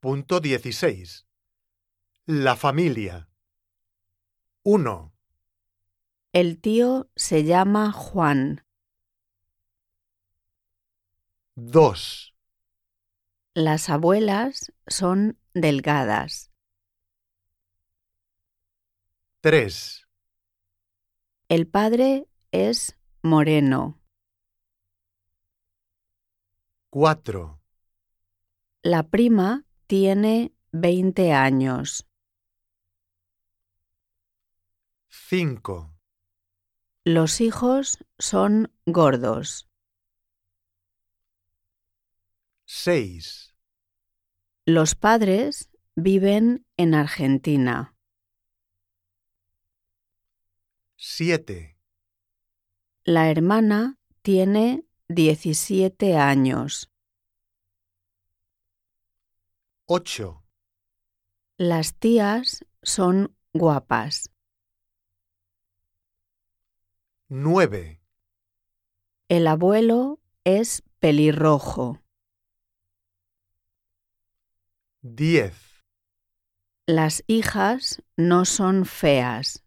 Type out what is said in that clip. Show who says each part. Speaker 1: 3.16 La familia 1,
Speaker 2: El tío se llama Juan.
Speaker 1: 2,
Speaker 2: Las abuelas son delgadas.
Speaker 1: 3,
Speaker 2: El padre es moreno.
Speaker 1: 4,
Speaker 2: La prima tiene 20 años.
Speaker 1: 5,
Speaker 2: Los hijos son gordos.
Speaker 1: 6,
Speaker 2: Los padres viven en Argentina.
Speaker 1: 7,
Speaker 2: La hermana tiene 17 años.
Speaker 1: 8,
Speaker 2: Las tías son guapas.
Speaker 1: 9,
Speaker 2: El abuelo es pelirrojo.
Speaker 1: 10.
Speaker 2: Las hijas no son feas.